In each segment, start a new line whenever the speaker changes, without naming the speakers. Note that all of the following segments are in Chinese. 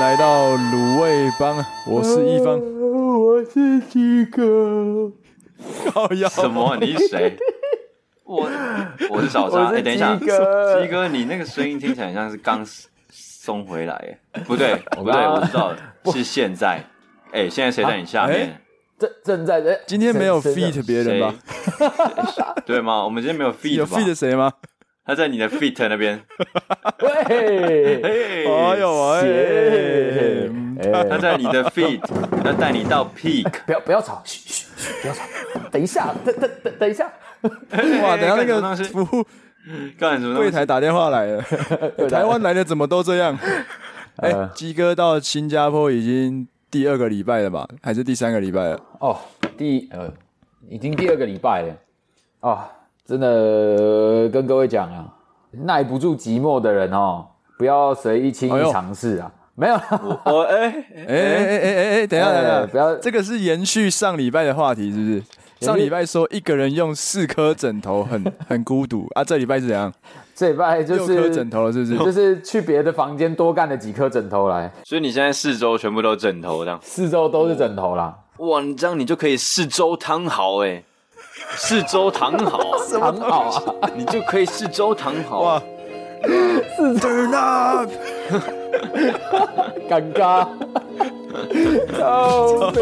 来到卤味帮，我是一方，
哦我是鸡哥，
靠腰
什么？你是谁？我我是小
我
张。
是
哎、等一下，
鸡哥
鸡哥，你那个声音听起来像是刚松回来，哎，不对，不对，
刚
我知道了，是现在。哎、现在谁
啊
在你下面？
正正在哎，
今天没有
谁
feat 别人吧？
谁？对吗？我们今天没有 feed
有
吧？
feat 谁吗？
他在你的 feet 那边。
谁的
哎、
哎呦
喂
喂！，
哎
他在你的 feet，要带你到 peak。
不要不要吵，嘘嘘，不要吵，等一下，等等等等一下，
哇，等一下那
干什么
个
东西
服务
干什么东
柜
西
台打电话来了，台湾来的怎么都这样？哎、鸡哥到新加坡已经第二个礼拜了吧？还是第三个礼拜了？
哦，第呃，已经第二个礼拜了，哦，真的、呃跟各位讲啊，耐不住寂寞的人哦，不要随意轻
哎呦
易尝试啊，没有，
我哎、哎
哎哎哎哎哎，等一下，
哎
等一下，
不要
这个是延续上礼拜的话题，是不是？上礼拜说一个人用四颗枕头 很很孤独啊，这礼拜是怎样？
这礼拜就
六颗
是
枕头了，是不是？
就是去别的房间多干了几颗枕头来，
所以你现在四周全部都枕头这样。
四周都是枕头啦，
哇，你这样你就可以四周躺好哎、四周躺好、
很好啊，
你就可以四周躺好。
哇
哇，
Turn up！
尴尬，哦，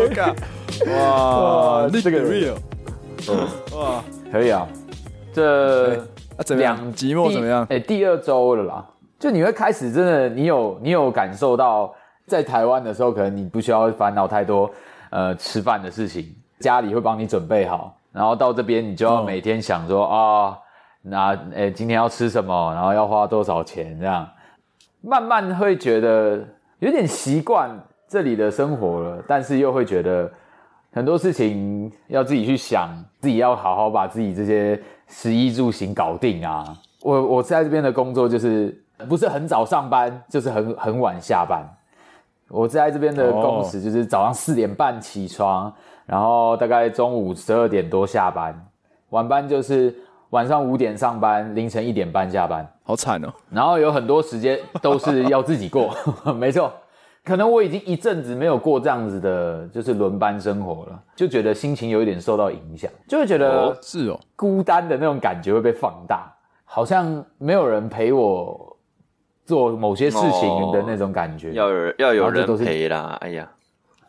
哇
哇，
那
啊这个
啊 real
可以啊，这。
啊，怎么样？寂寞怎么样？
哎、第二周了啦，就你会开始真的，你有你有感受到，在台湾的时候，可能你不需要烦恼太多，呃，吃饭的事情，家里会帮你准备好，然后到这边你就要
嗯
每天想说、啊，那哎、今天要吃什么，然后要花多少钱，这样，慢慢会觉得有点习惯这里的生活了，但是又会觉得。很多事情要自己去想，自己要好好把自己这些食衣住行搞定啊。我我在这边的工作就是不是很早上班，就是很很晚下班。我在这边的工时就是早上四点半起床，然后大概中午十二点多下班，晚班就是晚上五点上班，凌晨一点半下班。
好惨哦！
然后有很多时间都是要自己过， 没错。可能我已经一阵子没有过这样子的，就是轮班生活了，就觉得心情有一点受到影响，就会觉得
哦
是哦，
孤单的那种感觉会被放大，好像没有人陪我做某些事情的那种感觉。
哦要有要有
然后啊这
人
都是
陪啦！哎呀，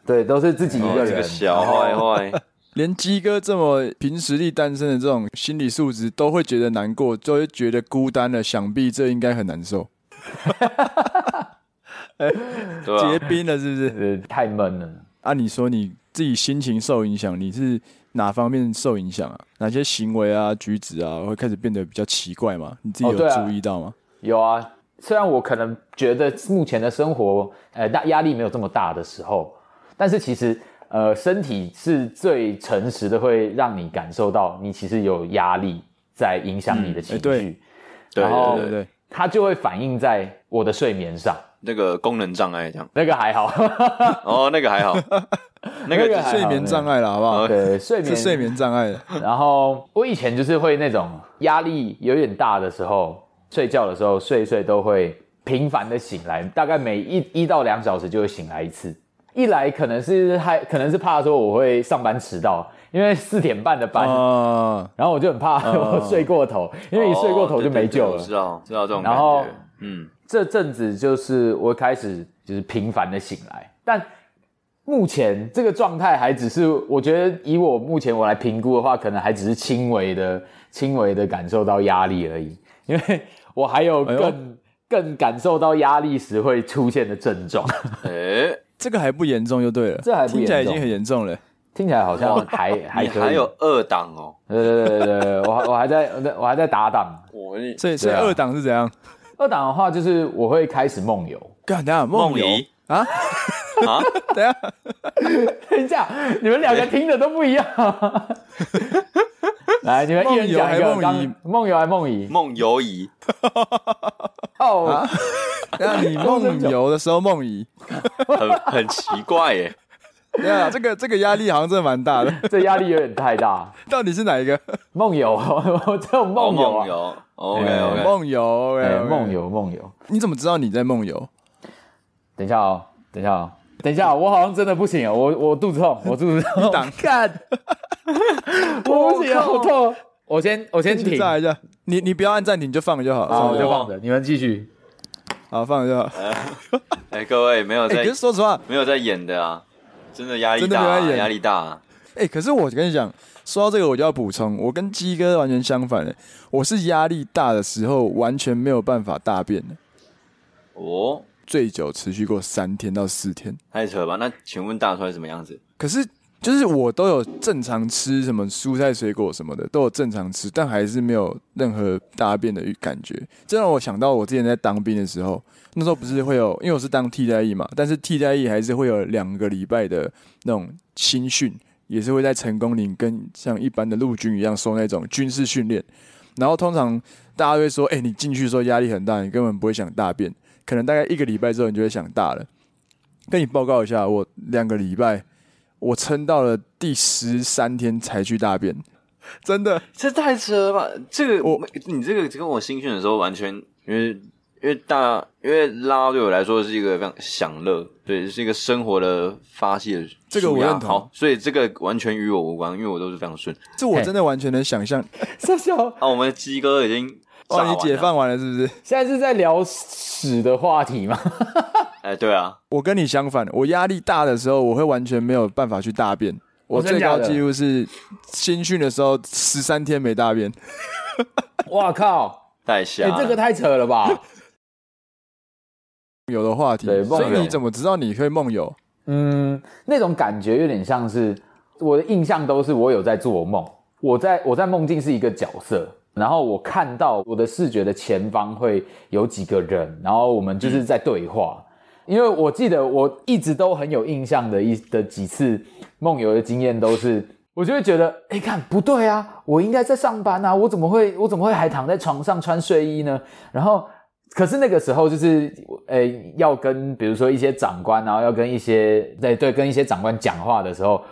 对，都是自己一
哦
个
这
人。
个小坏坏，
连鸡哥这么凭实力单身的这种心理素质，都会觉得难过，都会觉得孤单了。想必这应该很难受，
对啊吧、
啊
结冰了是不是？
呃，太闷了。
啊，你说你自己心情受影响，你是哪方面受影响啊？哪些行为啊、举止啊，会开始变得比较奇怪吗？你自己
哦
有
对啊
注意到吗？
有啊，虽然我可能觉得目前的生活，呃，大压力没有这么大的时候，但是其实，呃，身体是最诚实的，会让你感受到你其实有压力在影响你的情
哎对
绪，
对
然后
对
对不
对对，
对？
它就会反映在我的睡眠上。
那个功能障碍这样。
那个还好，
哦，那个还好，那
那个
个
还
就是
睡眠障碍了，好不好？
对，哦睡
是
眠
睡眠障碍了。
然后我以前就是会那种压力有点大的时候，睡觉的时候睡一睡都会频繁的醒来，大概每一一到两小时就会醒来一次。一来可能是害，可能是怕说我会上班迟到，因为四点半的
哦
班，
啊，
然后我就很怕我睡过头，因为一睡过头就没救
嗯哦
了。
对对对我知道，知道这种感
然后
觉。 嗯，
这阵子就是我开始就是频繁的醒来，但目前这个状态还只是，我觉得以我目前我来评估的话，可能还只是轻微的、轻微的感受到压力而已，因为我还有
哎
呦
更、更感受到压力时会出现的症状，
哎，
这个还不严重就对了，
这还不
听起来已
严重
经很严重了。
听起来好像还还
你
可以，
还有二档哦。
对对对对，我还我还在我还在打档，
我你
所以，所以
对啊
二档是怎样？
二档的话就是我会开始梦游，
干等一下
梦
梦游
遗
啊？
啊，
等一下，
等一下，你们两个听的都不一 样。来，你们一人讲一个。
梦游还梦
刚
遗
梦游还梦遗？
梦游仪，
哦，
等一下你梦游的时候梦遗，
很很奇怪耶。
对啊，这个这个压力好像真的蛮大的。
这压力有点太大。
到底是哪一个？
梦游，我这种
哦
梦游啊，
游，OK OK，
梦游，
哎
OK，OK
梦。游梦游。
你怎么知道你在梦游？
等一下哦，等一下、哦，等一下、哦，我好像真的不行哦，我我肚子痛，我肚子痛，
挡
看，我不行，好痛，我先我先停，哦
再一下，你你不要按暂停，就放了就好，
好，
放
我
了就
就
好
放着，你们继续。
好，放了就好。
哎、各位没有
哎、
在、
可是说实话，
没有在演的啊，真的压力
真的
大、
没
啊
在，演
压力大、啊。
哎、可是我跟你讲，说到这个，我就要补充，我跟鸡哥完全相反、欸，我是压力大的时候完全没有办法大便的，
哦，
最久持续过三天到四天。
太扯了吧？那请问大出来什么样子？
可是就是我都有正常吃什么蔬菜水果什么的，都有正常吃，但还是没有任何大便的感觉。这让我想到我之前在当兵的时候，那时候不是会有，因为我是当替代役嘛，但是替代役还是会有两个礼拜的那种新训，也是会在成功岭跟像一般的陆军一样受那种军事训练。然后通常大家会说，哎、你进去的时候压力很大，你根本不会想大便，可能大概一个礼拜之后你就会想大了。跟你报告一下，我两个礼拜我撑到了第十三天才去大便，真的。
这太扯了吧？这个
我
我你这个跟我新训的时候完全，因为因为大因为拉拉对我来说是一个非常享乐，对，是一个生活的发泄的
这个我
舒压
认同
好，所以这个完全与我无关，因为我都是非常顺。
这我真的完全能想象。
笑笑，
啊，我们的鸡哥已经炸完
哦，
了
你解？放完了是不是？
现在是在聊屎的话题吗？
哎、对啊，
我跟你相反，我压力大的时候，我会完全没有办法去大便。我
哦真
最
的假
高
的
记录是新训的时候十三天没大便。
哇靠！
带下
哎、
了、
这个太扯了吧？
有的话题
对，梦
所以
游
你怎么知道你会梦游？
嗯，那种感觉有点像是我的印象都是我有在做梦，我在我在梦境是一个角色，然后我看到我的视觉的前方会有几个人，然后我们就是在对话。因为我记得我一直都很有印象的一的几次梦游的经验都是，我就会觉得，哎，看不对啊，我应该在上班啊，我怎么会我怎么会还躺在床上穿睡衣呢？然后可是那个时候就是，呃、要跟比如说一些长官，然后要跟一些对对跟一些长官讲话的时候，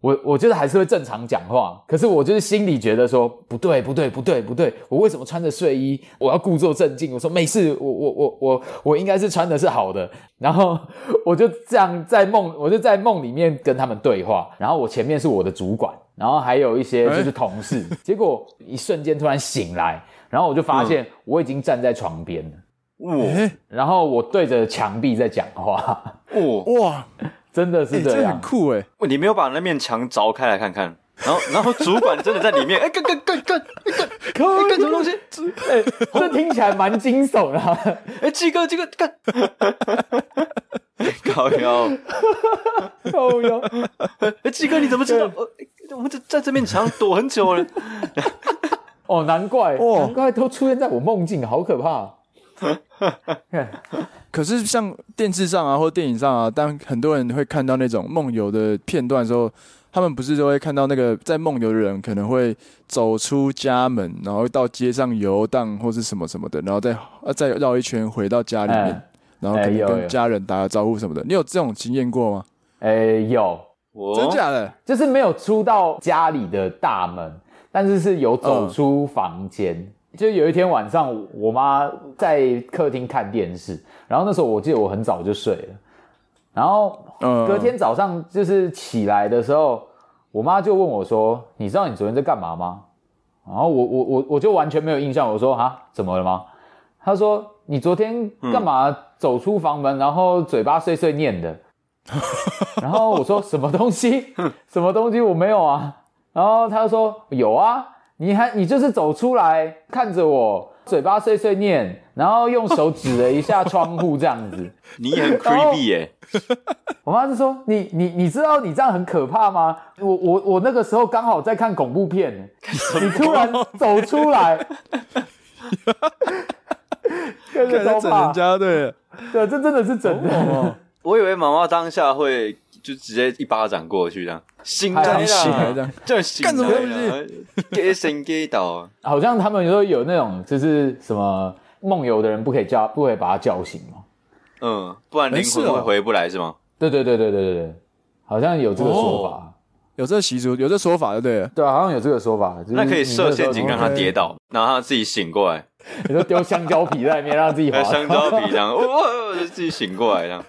我我觉得还是会正常讲话，可是我就是心里觉得说不对不对不对不对，我为什么穿着睡衣？我要故作镇静，我说没事，我我我我我应该是穿的是好的。然后 我就这样在梦，我就在梦里面跟他们对话，然后我前面是我的主管，然后还有一些就是同事，结果一瞬间突然醒来，然后我就发
嗯
现我已经站在床边了。
哇
哎、
然后我对着墙壁在讲话，
哇
哇，
真的是
哎、
这
这
样
很。酷哎、
哇，哦你没有把那面墙凿开来看看，然后 然后主管真的在里面，哎、干干干干干干干什么东西？
哎、这听起来蛮惊悚的、 啊。
哎、鸡哥鸡哥干， 搞笑！
哦哟，
哎、鸡哥你怎么知道？呃我们在在这面墙躲很 久了，
哦，难怪，
哦
难怪都出现在我梦境，好可怕。
可是像电视上啊，或电影上啊，当很多人会看到那种梦游的片段的时候，他们不是都会看到那个在梦游的人可能会走出家门，然后到街上游荡或是什么什么的，然后再呃再绕一圈回到家里面，
哎
然后可
哎
能
有有
跟家人打个招呼什么的。你有这种经验过吗？
哎、有，
我
真假的？
就是没有出到家里的大门，但是是有走
嗯
出房间。就有一天晚上，我妈在客厅看电视，然后那时候我记得我很早就睡了，然后
嗯
哦隔天早上就是起来的时候，我妈就问我说：“你知道你昨天在干嘛吗？”然后我我我我就完全没有印象，我说：“啊，怎么了吗？”她说：“你昨天干嘛走出房门，然后嘴巴碎碎念的？” 然后我说：“什么东西？什么东西？我没有啊。”然后她说：“有啊，你还你就是走出来看着我，嘴巴碎碎念，然后用手指了一下窗户这样子。”
你也很 creepy 耶、
我妈就说：“你你你知道你这样很可怕吗？我我我那个时候刚好在看恐怖片，你突然走出来，看
看在整人家对了，
对，这真的是真的。
我以为妈妈当下会就直接一巴掌过去这样，醒
哎
来
呀
啦，
醒来这样，
这样醒来
干什么
啦，给神给倒，
好像他们说有那种就是什么梦游的人不可以叫，不可以把他叫醒嘛。
嗯，不然灵
没事
魂会
哦
回不来是吗？
对对对对对对对，好像有这个说法。
有这习俗，有这说法就对了。
对啊，好像有这个说法。就是
嗯
那可以
你
设
时候
陷阱啊让他跌倒，然后他自己醒过来，
你就 丢香蕉皮在里面让自己滑
呃，
倒。
香蕉皮这样，哦，哦哦自己醒过来这样。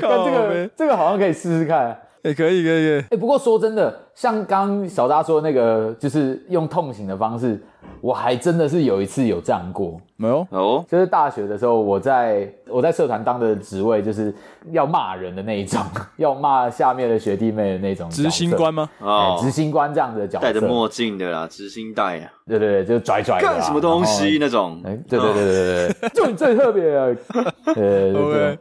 但这
靠
个
北
这个好像可以试试看。
也可以可以，可以
哎、不过说真的，像刚小扎说的那个，就是用痛醒的方式，我还真的是有一次有这样过。
没有
哦，
就是大学的时候，我在我在社团当的职位就是要骂人的那一种， 要骂下面的学弟妹的那种
执行官吗？
啊，
哦
哎，执行官这样的角色，
戴着墨镜的啦，执行带啊，
对对对，就是拽拽的啦
干什么东西？哦那种
哎然后？哎，对对对对对对，就你最特别的， 呃，就
哦 OK
是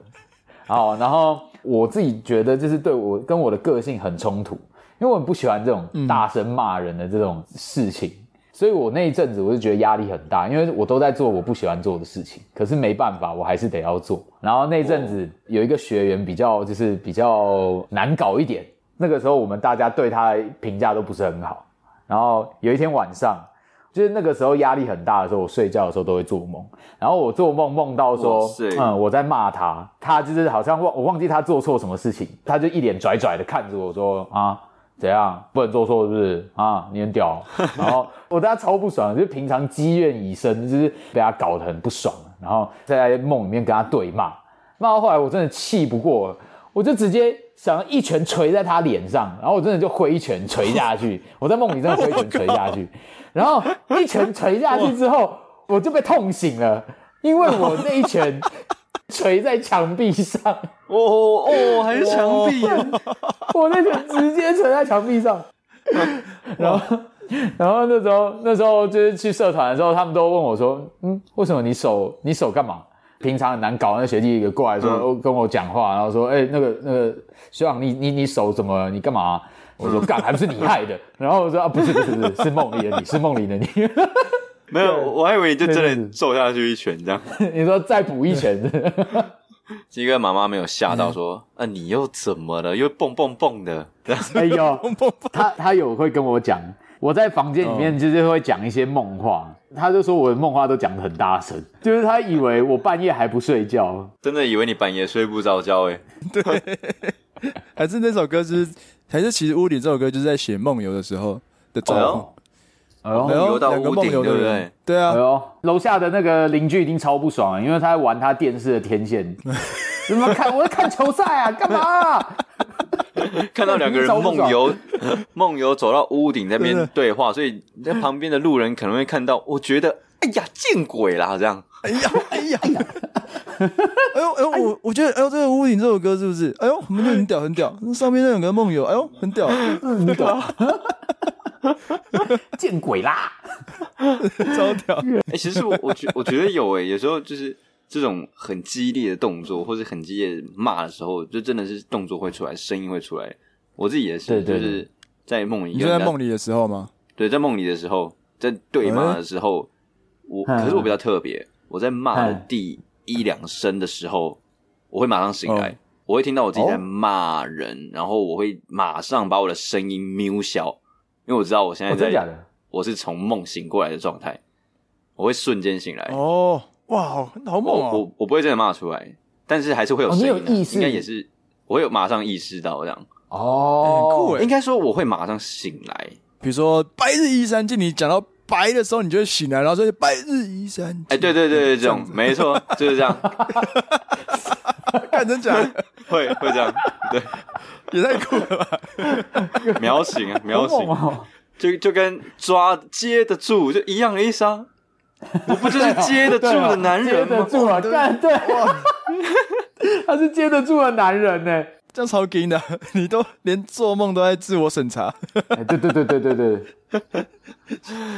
好，然后我自己觉得就是对我跟我的个性很冲突，因为我很不喜欢这种大声骂人的这种事情，所以我那一阵子我就觉得压力很大，因为我都在做我不喜欢做的事情，可是没办法，我还是得要做。然后那阵子有一个学员比较就是比较难搞一点，那个时候我们大家对他的评价都不是很好，然后有一天晚上。就是那个时候压力很大的时候，我睡觉的时候都会做梦，然后我做梦梦到
哇
说
塞，
嗯，我在骂他，他就是好像忘我忘记他做错什么事情，他就一脸拽拽的看着我说啊。怎样不能做错是不是啊？你很屌，然后我对他超不爽，就是平常积怨已深，就是被他搞得很不爽，然后在梦里面跟他对骂，骂到后来我真的气不过了，我就直接想要一拳捶在他脸上，然后我真的就挥一拳捶下去，我在梦里真的挥一拳捶下去，然后一拳捶下去之后，我就被痛醒了，因为我那一拳 捶在墙壁上，
哦哦，还是墙壁啊，
我那拳直接捶在墙壁 上，然后。然后那时候，那时候就是去社团的时候，他们都问我说：“嗯，为什么你手你手干嘛？”平常很难搞，那学弟一个过来说、
嗯
哦跟我讲话，然后说：“哎、那个那个学长，你你你手怎么了？你干嘛、啊我说：“干，还不是你害的。”然后我说：“啊，不是不是不是，是梦里的你，是梦里的你。”
没有，我还以为你就真
对对
的
对
揍下去一拳这样。
你说再补一拳，
鸡哥妈妈没有吓到说，
嗯
啊，你又怎么了？又蹦蹦蹦的，
哎 呦，他他有会跟我讲，我在房间里面就是会讲一些梦话，他就说我的梦话都讲得很大声，就是他以为我半夜还不睡觉，
真的以为你半夜睡不着觉哎、
还是那首歌是，
哎
还是其实屋里这首歌就是在写梦游的时候的状况，
哎呦
哎呦
游到
两个
屋
梦
顶
游的
对不
人
对，
对
哎
啊，
呦，楼下的那个邻居已经超不爽了，因为他在玩他电视的天 线，怎么看我在看球赛啊，干嘛啊、
看到两个人梦游，梦游走到屋顶那
真
边
的
对话，所以那旁边的路人可能会看到，我觉得，哎呀，见鬼啦，这样，
哎呀 哎呀，哎呦哎呦，我我觉得哎呦这个屋顶这首歌是不是？哎呦，我们就很屌很屌，那上面那两个梦游，哎呦很 屌，
嗯你懂？ 见鬼啦！
超屌，
哎、其实我我觉我觉得有哎、有时候就是这种很激烈的动作，或者很激烈的骂的时候，就真的是动作会出来，声音会出来。我自己也是，
对对
就是在梦里，
你就在
人家
梦里的时候吗？
对，在梦里的时候，在对骂的时候，我
嗯
可是我比较特别，我在骂的
嗯
第一两声的时候，我会马上醒来，
哦
我会听到我自己在
哦
骂人，然后我会马上把我的声音瞄小，因为我知道我现在
哦真
在，
的假的？
我是从梦醒过来的状态，我会瞬间醒来，
哦，哇，好好猛
我
哦，
我我不会真的骂出来，但是还是会有
哦
声
你
音啊、
有意识
应该也是，我会有马上意识到这样，
哦，
很酷哎对
应该说我会马上醒来，
比如说白日依山尽，你讲到白的时候，你就会醒来，然后说白日依山尽，
哎、对对对对，这
样
种
子
没错，就是这样，
干真假的？
会会这样，对。
也太酷了吧！
秒醒啊，秒
好
醒，
猛哦！
就就跟抓接得住就一样的意思啊。我不就是接得住
对啊
的男人
接得
吗？
住啊，干对，他是接得住的男人呢。
这样超劲的，你都连做梦都在自我审查，
哎对对对对对对，这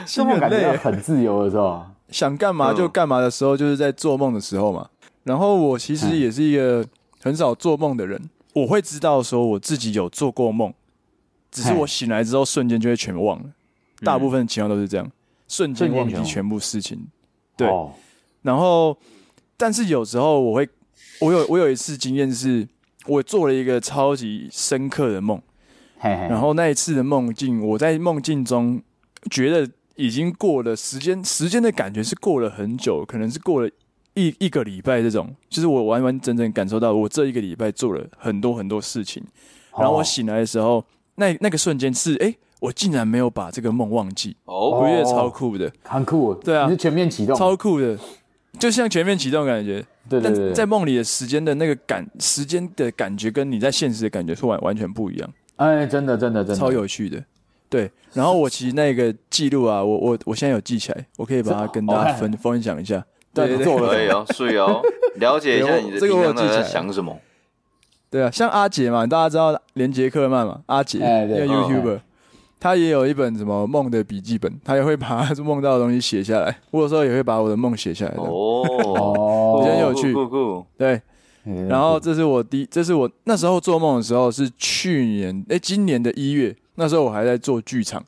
心
种
很
感觉
累
到。很自由的时候，
想干
嗯
嘛就干嘛的时候，就是在做梦的时候嘛。然后我其实也是一个很少做梦的人，我会知道说我自己有做过梦，只是
嘿嗯
我醒来之后瞬间就会全忘了。大部分的情况都是这样，瞬间
瞬间
忘
全
记
忘
全部事情。对
哦
然后，但是有时候我会，我有我有一次经验是，我做了一个超级深刻的梦。
嘿嘿，
然后那一次的梦境，我在梦境中觉得已经过了时间，时间的感觉是过了很久，可能是过了一一个礼拜这种，就是我完完整整感受到我这一个礼拜做了很多很多事情。
哦
然后我醒来的时候，那那个瞬间是，哎、我竟然没有把这个梦忘记，
哦，
我觉得超酷的，
很酷，
对啊
你是全面启动，
超酷的。就像全面启动的感觉，
对对对，
但在梦里的时间的那个感，时间的感觉跟你在现实的感觉是完完全不一样，
哎，真的真的真的
超有趣的。对，然后我其实那个记录啊，我我我现在有记起来，我可以把它跟大家分分享一下。
对
对对
做
可以
了，
哦，睡哦，了解一下
对
你
我
的
哎这个
平
我有
常到底
记起来
在想什么。
对啊，像阿杰嘛，大家知道连杰克曼嘛，阿杰
哎
那
对嗯
个 YouTuber，他也有一本什么梦的笔记本，他也会把他梦到的东西写下来。我有时候也会把我的梦写下来的。
哦，
哦
比，较有趣
酷酷，
对，
嗯
然后这是我第，这是我那时候做梦的时候是去年，哎，今年的一月，那时候我还在做剧场，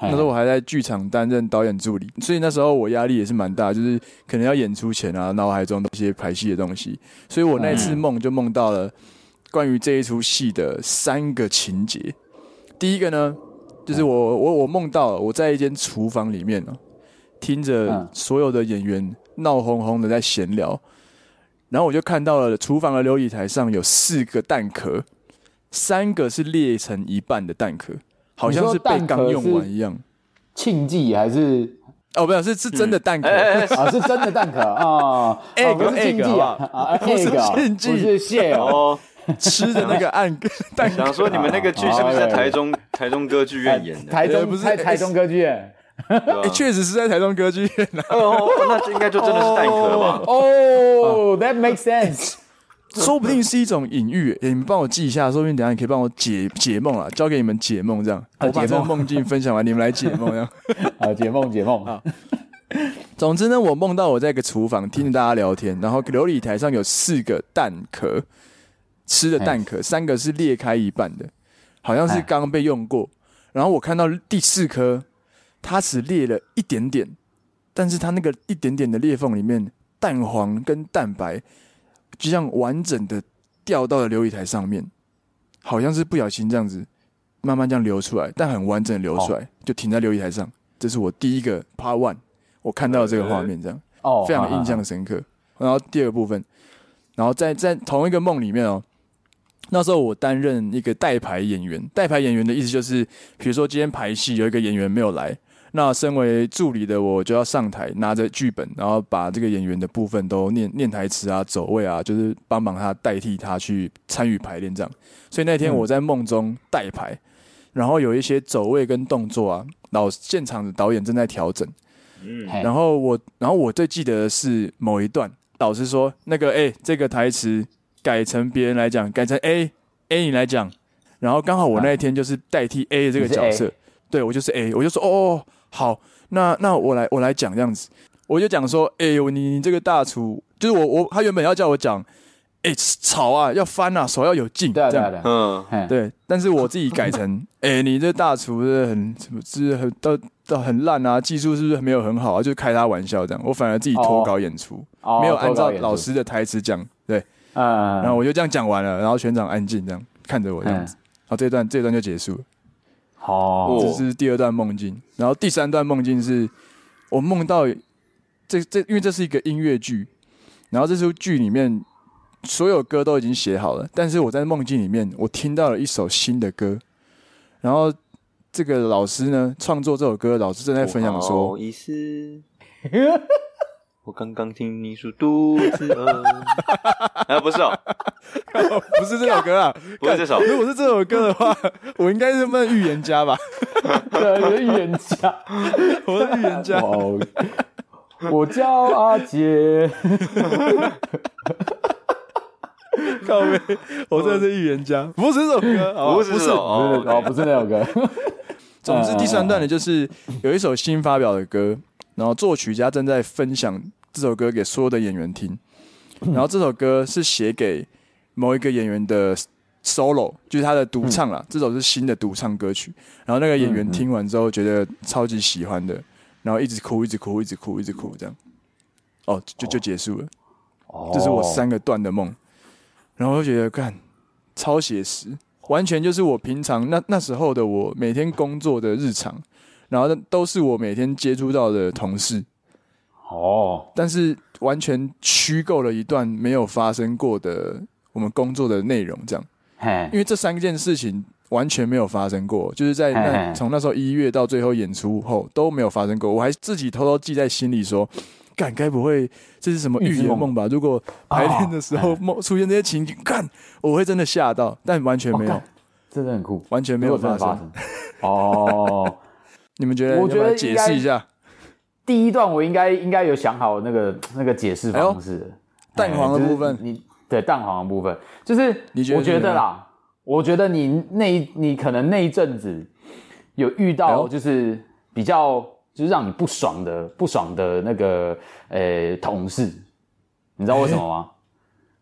那时候我还在剧场担任导演助理，所以那时候我压力也是蛮大，就是可能要演出前啊，脑海中的一些排戏的东西，所以我那一次梦就梦到了关于这一出戏的三个情节。第一个呢，就是
哦
我我我梦到了我在一间厨房里面呢、哦听着
嗯
所有的演员闹哄哄的在闲聊，然后我就看到了厨房的琉璃台上有四个蛋壳，三个是裂成一半的蛋壳，好像是被刚用完一样。
庆忌还是
哦，不是，是是真的蛋壳，
哎，
啊是真的蛋 壳啊
Egg，
不是庆忌啊
egg，
啊
不是
egg 啊
庆忌
不是蟹哦，
哦，
吃的 那个暗 蛋壳
想说你们那个剧是不是在台中台中歌剧院演的？
台
呃
中
不是
台
egg
台中歌剧院
对吧
哎，确、实是在台中歌剧院 啊。
哦，那这应该就真的是蛋壳了吧？
哦，that makes sense，
说不定是一种隐喻、欸你们帮我记一下，说不定等一下你可以帮我解解梦啊，交给你们解梦这样。
啊
我把
解
这
梦
个梦境分享完，你们来解梦这样。
啊解梦解梦啊
总之呢，我梦到我在一个厨房听着大家聊天，然后琉璃台上有四个蛋壳，吃的蛋壳，三个是裂开一半的，好像是
哎
刚被用过。然后我看到第四颗，它只裂了一点点，但是它那个一点点的裂缝里面，蛋黄跟蛋白就像完整的掉到了琉璃台上面，好像是不小心这样子慢慢这样流出来，但很完整地流出来，就停在琉璃台上。这是我第一个 Part One，我看到这个画面，这样
哦，
非常印
啊
象深刻。然后第二个部分，然后在在同一个梦里面哦，那时候我担任一个代排演员，代排演员的意思就是，比如说今天排戏有一个演员没有来，那身为助理的我就要上台拿着剧本，然后把这个演员的部分都念念台词啊、走位啊，就是帮忙他代替他去参与排练这样。所以那天我在梦中代排，然后有一些走位跟动作啊，老现场的导演正在调整。
嗯，
嘿
然后我，然后我最记得的是某一段，老师说那个哎、这个台词改成别人来讲，改成 A A 你来讲，然后刚好我那一天就是代替 A 这个角
你是哎
色，对我就是 A，我就说哦哦好，那那我来我来讲这样子，我就讲说哎、我你你这个大厨，就是我我他原本要叫我讲，哎、炒啊要翻啊手要有劲，
对啊
这
对啊
样
对啊，
嗯，
嘿
对，但是我自己改成，哎、你这大厨是不是很什么，是不是很到到很烂啊，技术是不是没有很好啊？就开他玩笑这样，我反而自己脱稿演出，
哦
没有按
脱稿
照
演出
老师的台词讲，对，
嗯，
然后我就这样讲完了，然后全场安静这样看着我这样子，
嗯
然后这段这段就结束了，
哦
这是第二段梦境，然后第三段梦境是我梦到这这，因为这是一个音乐剧，然后这出剧里面。所有歌都已经写好了，但是我在梦境里面，我听到了一首新的歌，然后这个老师呢，创作这首歌，老师正在分享
不好
说，
意思，哦我刚刚听你说肚子饿， 啊，不是哦，
不是这首歌啊，
不是这首，
如果是这首歌的话，我应该是问预言家吧，
对，有预言家，
我是预言家，
哦，我叫阿杰，
靠背，我真的是预言家，不是这首歌，好吧
不是这首，
哦，
哦，
不是那首歌，
总之，第三段呢，就是有一首新发表的歌，然后作曲家正在分享这首歌给所有的演员听。然后这首歌是写给某一个演员的 solo，就是他的独唱啦。这首是新的独唱歌曲。然后那个演员听完之后，觉得超级喜欢的，然后一直哭，一直哭，一直哭，一直哭，这样。哦，就就结束了。
哦
这是我三个段的梦，然后我就觉得看超写实，完全就是我平常那那时候的我每天工作的日常，然后都是我每天接触到的同事，
哦，
但是完全虚构了一段没有发生过的我们工作的内容，这样，
嘿
因，为这三件事情完全没有发生过，就是在
嘿嘿
那从那时候一月到最后演出后都没有发生过，我还自己偷偷记在心里说。干该不会这是什么预
预知
言
梦
梦吧？如果排练的时候
哦
梦出现这些情景，干我会真的吓到，但完全没
哦
有
干，真的很酷，
完全没有
如果真
发
的发
生。
生。哦，
你们觉得？
我觉得
要不要解释一下，
第一段我应该应该有想好那个那个解释方式，
哎呦蛋黄的
哎就是
部分
你对蛋黄的部分，就是
你觉得
我觉
是
得
什么
啦，我觉得你那一你可能那一阵子有遇
哎
到
呦
就是比较就是让你不爽的不爽的那个呃同事，你知道为什么
哎
吗？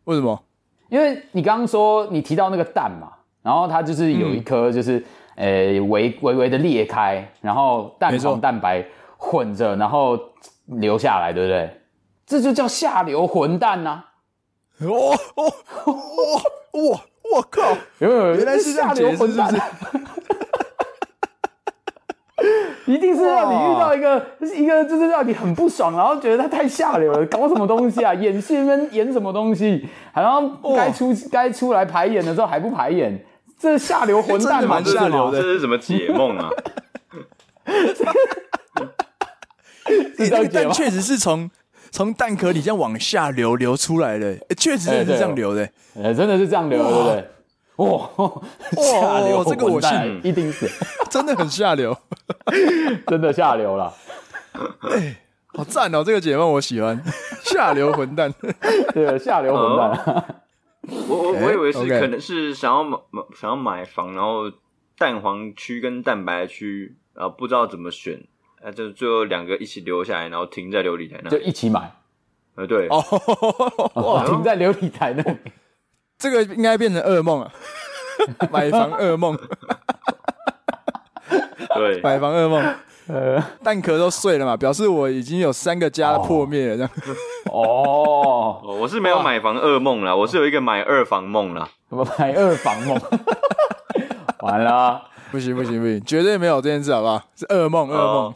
为什么？
因为你刚刚说你提到那个蛋嘛，然后它就是有一颗
嗯
就是、呃微微微的裂开，然后蛋
没错
黄蛋白混着，然后流下来，对不对？这就叫下流混蛋呐、啊
哦哦哦哇！我靠！
有没有？
原来是这样
下
解
流
释
混蛋，
是
一定是让你
哦
遇到一个一个就是让你很不爽，然后觉得他太下流了，搞什么东西啊？ 演戏跟演什么东西？好像该出该出来排演的时候还不排演，这下流混蛋嘛，
真的蛮下流的
这是什么解梦啊？
欸
是 这
那
样解
个蛋
吗？
确实是从从蛋壳里这样往下流流出来的，欸确实真的
哎
是
对
这样流的。
呃，真的是这样流，对不对？哇， 下流，
这个我
混蛋
信
一定是
真的很下流，
真的下流了，
好赞哦！这个解放我喜欢，下流混蛋。
对，下流混
哦
蛋，
我我
哎
我以为是
OK
可能是想要买买想要买房，然后蛋黄区跟蛋白区啊不知道怎么选，啊就最后两个一起留下来，然后停在琉璃台那
就
里。
一起买，
呃，对，
哦，
哦 停在琉璃台那里，
这个应该变成噩梦啊！买房 噩梦，
对，
买房噩梦，
呃，
蛋壳都碎了嘛，表示我已经有三个家破灭了。这样，
哦，
哦我是没有买房噩梦啦，我是有一个买二房梦啦。
怎么买二房梦？ 完了，啊
不行不行不行，绝对没有这件事，好不好？是噩梦，噩梦
哦。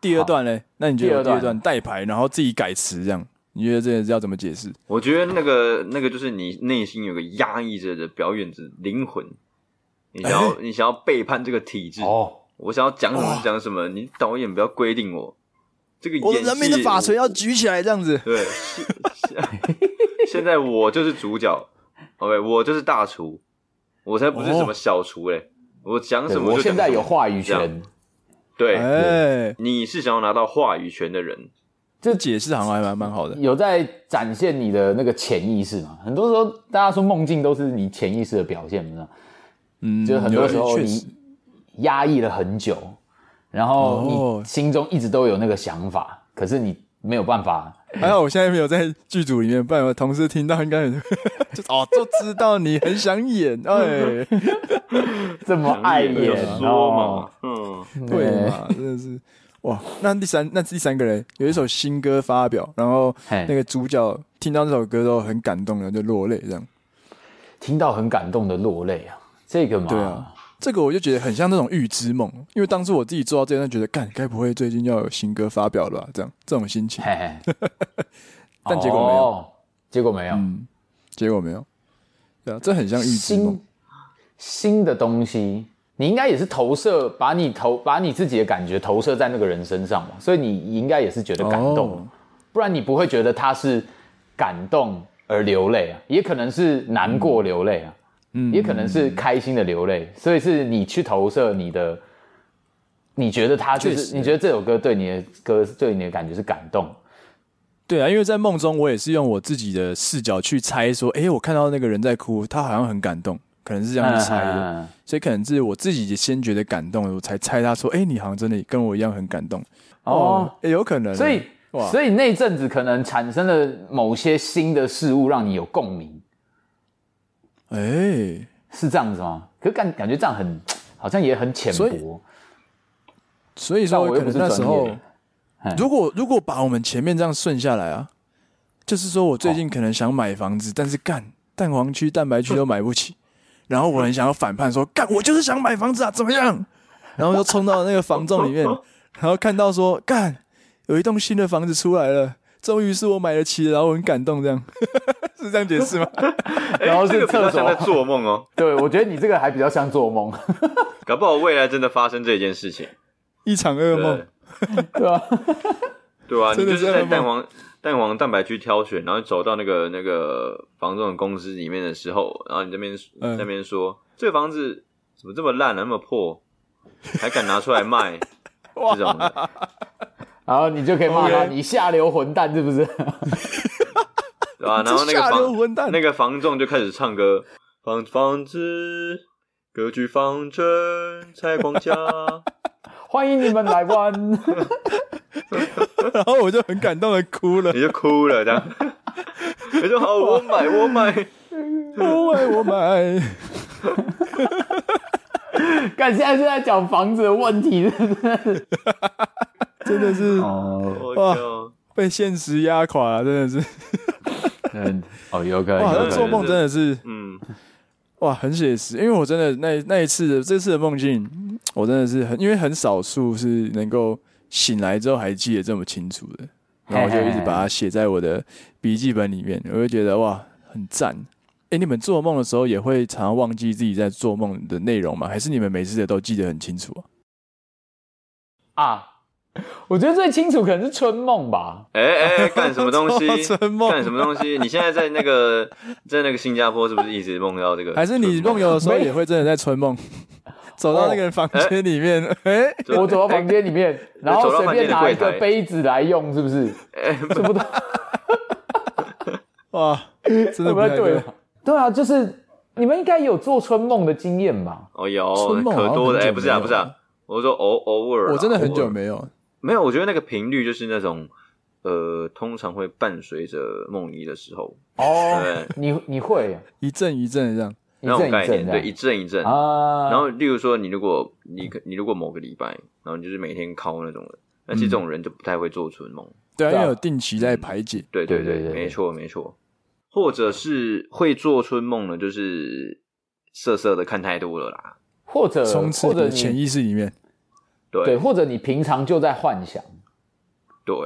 第二段嘞，那你觉得我
第
第
二段
二段代牌，然后自己改词这样，你觉得这件事要怎么解释？
我觉得那个那个就是你内心有个压抑着的表演者灵魂，你想要你想要背叛这个体制，
哦，
我想要讲什么就讲什么，你导演不要规定我。这个
我的
演
人民
戏
的法锤要举起来，这样子。
对，现现 现在我就是主角，OK，我就是大厨，我才不是什么小厨嘞、我讲
对
什么
我
就
现
讲
在
什
有
么
话语
这
权
样，对、
哎，
你是想要拿到话语权的人，
这解释好像还蛮蛮好的。
有在展现你的那个潜意识嘛？很多时候大家说梦境都是你潜意识的表现，不是吗？
嗯，
就是很多时候
有确
你
实
压抑了很久，然后
哦
你心中一直都有那个想法，可是你没有办法。
还好，我现在没有在剧组里面，不然我同事听到应该很 就哦，就知道你很想演， 哎，
这么爱
你有
演
说
哦
嘛，，嗯，
对嘛，真的是哇。那第三，那第三个人有一首新歌发表，然后
嘿
那个主角听到这首歌都很感动，然后就落泪，这样。
听到很感动的落泪啊，这个嘛，
对啊，这个我就觉得很像那种预知梦，因为当初我自己做到这样，觉得干，该不会最近要有新歌发表了吧？这样这种心情，
嘿嘿，
但结果没有，
哦，结果没有，
结果没有。对啊，这很像预知梦
新。新的东西，你应该也是投射，把你投把你自己的感觉投射在那个人身上嘛，所以你应该也是觉得感动，
哦
不然你不会觉得他是感动而流泪啊，也可能是难过流泪啊，
嗯
也可能是开心的流泪，所以是你去投射你的，你觉得他就
确实
是你觉得这首歌对你的歌对你的感觉是感动，
对啊，因为在梦中，我也是用我自己的视角去猜，说，诶，我看到那个人在哭，他好像很感动，可能是这样去猜的，
嗯
所以可能是我自己先觉得感动，我才猜他说，诶，你好像真的跟我一样很感动，
哦。
也有可能。
所以
哇，
所以那阵子可能产生了某些新的事物，让你有共鸣，
诶，
是这样子吗？可感感觉这样很，好像也很浅
所
薄。
所以
但
说
我又
可
不
能
是
那
专
时
业
候
的，，哎
如果如果把我们前面这样顺下来啊，就是说我最近可能想买房子，但是干蛋黄区、蛋白区都买不起，然后我很想要反叛说，干我就是想买房子啊，怎么样？然后就冲到那个房仲里面，然后看到说，干有一栋新的房子出来了，终于是我买得起的，然后我很感动，这样 是这样解释吗？
然后
哎这
是
个比较
厕
像在
所，
做梦哦，
对我觉得你这个还比较像做梦，
搞不好未来真的发生这件事情，
一场噩梦
对，，
对吧？
对啊，你
真的
就是是在
噩梦
蛋黄蛋黄蛋白去挑选，然后走到那个那个房仲公司里面的时候，然后你这边、
嗯
那边说这个房子怎么这么烂啊，那么破， 还敢拿出来 卖这种的，
然后你就可以骂他，
OK
你下流混蛋是不是？
对吧、然后那
这
个
下流
房
混蛋，
那个房仲就开始唱歌，房房子格局方正采光家，
欢迎你们来 玩。
然后我就很感动的哭 了
你。就哭了这样。 你说好，我买，我买。
我买，我买，
看现在是在讲房子的问题，
真的是
哦，
我
哇
靠！
被现实压垮了，真的 是
嗯，哦，有可能，
哇，
有
那
可
做
能
梦真的是
嗯，
哇，很写实。因为我真的那那一次的这次的梦境，嗯我真的是很，因为很少数是能够醒来之后还记得这么清楚的，然后我就一直把它写在我的笔记本里面，我就觉得哇，很赞。哎、你们做梦的时候也会常常忘记自己在做梦的内容吗？还是你们每次的都记得很清楚啊？
啊。我觉得最清楚可能是春梦吧，
哎哎，干什么 东西？
春梦
干什么东西？你现在在那 个在那个新加坡，是不是一直梦到这个？
还是你呃梦游的时候也会真的在春梦，走到那个房间里面，哎、
对
我走到房间里面，然后
走到
随
房间
便
的
拿一
柜台
个杯子来用，是不是？这不对，
哇，真的
这
不
不太
太
对了。对啊，就是你们应该有做春梦的经验吧？
哦，有
春梦好像
可多的。
很久
哎，不是啊，
没有
不是啊，我说偶偶尔啦，啊
我真的很
偶
久
尔
没有，
没有。我觉得那个频率就是那种呃，通常会伴随着梦遗的时候，
哦，
对，
你你会
一阵一阵的这样。
一
那
阵
种
一
概
阵
念，
的
对，一阵一阵。
啊，
然后，例如说，你如果你可你如果某个礼拜，然后你就是每天敲那种人，那
嗯
其实这种人就不太会做春梦。
对啊，
对
因
啊
为有定期在排解。
对
对对
对
对对
没错没错。或者是会做春梦的，就是色色的看太多了啦。
或者
充斥
呃或
你
者
的潜
你
意识里面，
对
对，或者你平常就在幻想，你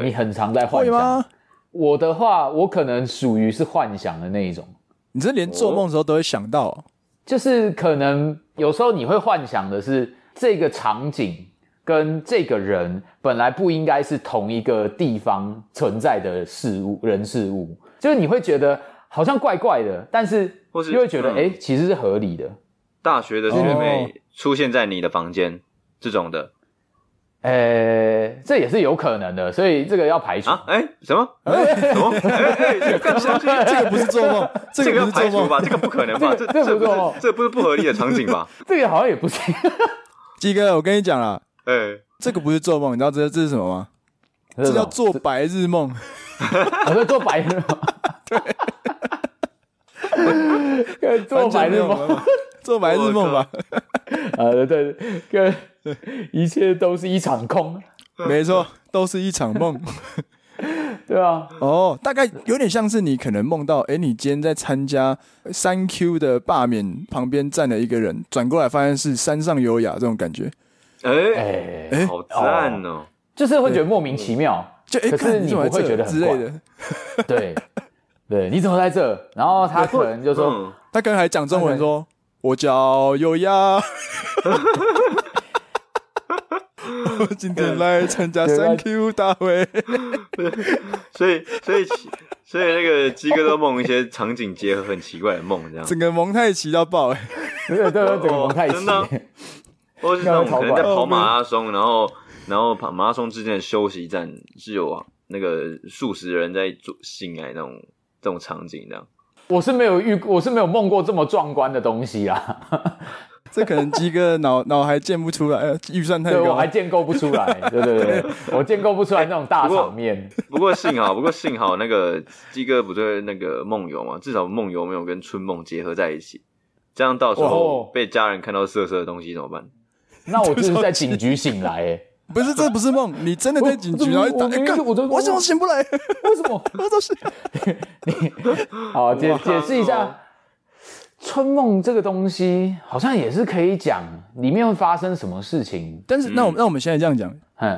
对，
很常在幻
会
想。
吗？
我的话，我可能属于是幻想的那一种，
你这连做梦的时候都会想到哦、
就是可能有时候你会幻想的是这个场景跟这个人本来不应该是同一个地方存在的事物人事物，就是你会觉得好像怪怪的，但是
或是
又会觉得哎、
嗯
诶其实是合理的。
大学的学
哦
妹出现在你的房间这种的
呃，这也是有可能的，所以这个要排除。
啊？哎，什么？什么？哎哎，这个干什么东西
这个不是 做梦，这
这
个不
个要
是
排
做
除
梦。
吧？这个不可能吧？
这个这
这
不
这
是
不是这不是不合理的场景吧？
这个好像也不是，
鸡哥，我跟你讲啦，
哎，
这个不是做梦，你知道这这是什么吗？ 这
这
叫
种
做白日梦。
我在哦做白日 梦， 对，做白日
完全没有
梦，
了， 做白日梦吧，
呃，对，跟 一切都是一场空，
没错，都是一场 梦。
对啊，
哦，大概有点像是你可能梦到，哎、你今天在参加三 Q 的罢免，旁边站了一个人，转过来发现是山上优雅这种感觉，
哎，
哎，
好赞哦！
就是会觉得莫名其妙，
就哎，
可
看
是
你
你
怎
不
么来
会
这
觉得
之
很
类
怪，
的。
对，对，你怎么在这？然后他可能就说，
嗯，
他可能还讲中文说：“我叫优雅，我今天来参加三 Q 大会。
所以所以其所以那个鸡哥都梦一些场景结合很奇怪的梦，这”样。
整个蒙太奇到爆、哎
对对对，整个蒙太奇
真，的啊或是那种可能在跑马拉松，然后然后跑马拉松之间的休息站是有啊那个数十人在做性爱那种这种场景这样。
我是没有遇，我是没有梦过这么壮观的东西啊，
这可能鸡哥脑脑还建不出来，呃预算太
对我
高
还。建构不出来，对对对，我建构不出来那种大
不过
场面。
不过幸好，不过幸好那个鸡哥不对那个梦游嘛，至少梦游没有跟春梦结合在一起，这样到时候
哇
被家人看到色色的东西怎么办？
那我就是在警局醒来、欸，
不是，这不是梦，你真的在警局，然后一打
我我
哎干
我我
我怎么醒不来？
为什么？
我都是
好，解
哇
解释一下，春梦这个东西好像也是可以讲里面会发生什么事情。
但是，那我们那我们现在这样讲，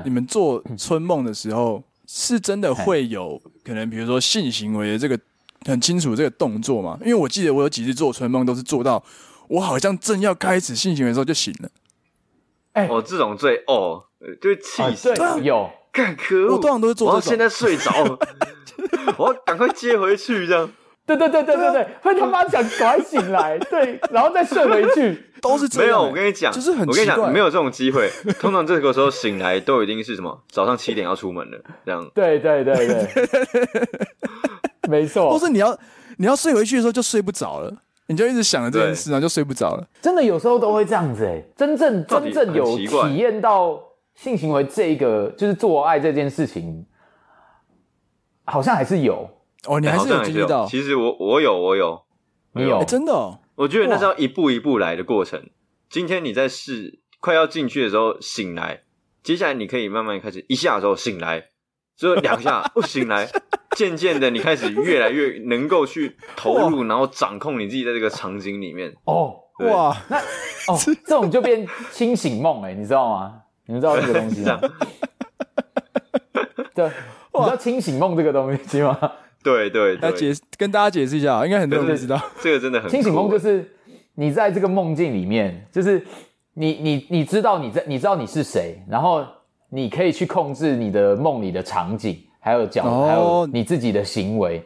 你
嗯，
们做春梦的时候，是真的会有可能，比如说性行为的这个很清楚这个动作嘛？因为我记得我有几次做春梦都是做到我好像正要开始性行为的时候就醒了，
哎、
哦，这种最哦，呃就会气
啊
死。
对，有
干可恶！
我通常都是做
我要
这种
现在睡着， 我要赶快接回去这样。
对对对对对对，会他妈想赶快醒来，对，然后再睡回去。
都是这
没
样
有，
欸
我跟你讲，
就是很
我跟你
奇怪
讲，没有这种机会。 通常这个时候醒来都已经是什么早上七点要出门了，这样
对对对对，没
或
错，
是你要你要睡回去的时候就睡不着了，你就一直想着这件事，然后就睡不着了。
真的有时候都会这样子哎、真正
到
真
底
正有
很奇怪
体验到性行为这一个就是做爱这件事情，好像还是有，
哦，你还
哎好
是
像
有
还
经
是
历到，
其实我我有我有，
你有
哎，真的哦，
我觉得那是要一步一步来的过程。今天你在试快要进去的时候醒来，接下来你可以慢慢开始一下的时候醒来，之后两下 不醒来，渐渐的你开始越来越能够去投入，然后掌控你自己在这个场景里面。
哦
对，
哇，
那哦这种就变清醒梦哎、你知道吗？你们知道这个东西
是这
吗
样？，
对，你知道清醒梦这个东西吗？
对对
来
对，
解跟大家解释一下，应该很多人不知道。
这个真的很
清醒梦
酷
就是你在这个梦境里面，就是你你你知道你在你知道你是谁，然后你可以去控制你的梦里的场景，还有角，
哦
还有你自己的行为。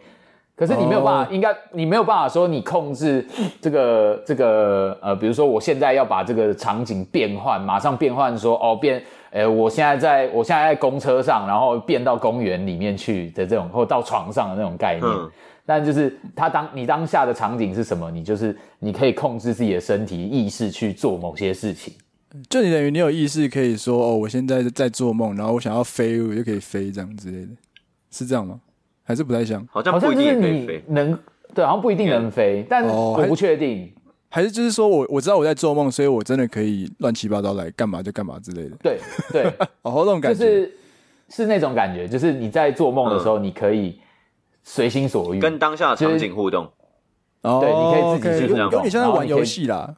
可是你没有办法，
哦
应该你没有办法说你控制这个这个呃，比如说我现在要把这个场景变换，马上变换说哦变，呃，我现在在我现在在公车上，然后变到公园里面去的这种，或到床上的那种概念。
嗯
但就是他当你当下的场景是什么，你就是你可以控制自己的身体意识去做某些事情。
就你等于你有意识可以说，哦，我现在在做梦，然后我想要飞，我就可以飞，这样之类的，是这样吗？还是不太像？
好
好
像
像
不一
就
定
是
也可以
你
飞，嗯
能对，好像不一定能飞，但
哦
我不确定。
还是就是说我我知道我在做梦，所以我真的可以乱七八糟来干嘛就干嘛之类的，
对对，
哦，那种
就
感觉。
是是那种感觉，就是你在做梦的时候，你可以随心所欲。
嗯跟当下的
就是
场景互动。
哦，
对你可以自己
OK，
去
有
互动
有点像在
然后
玩
你可以
游戏啦，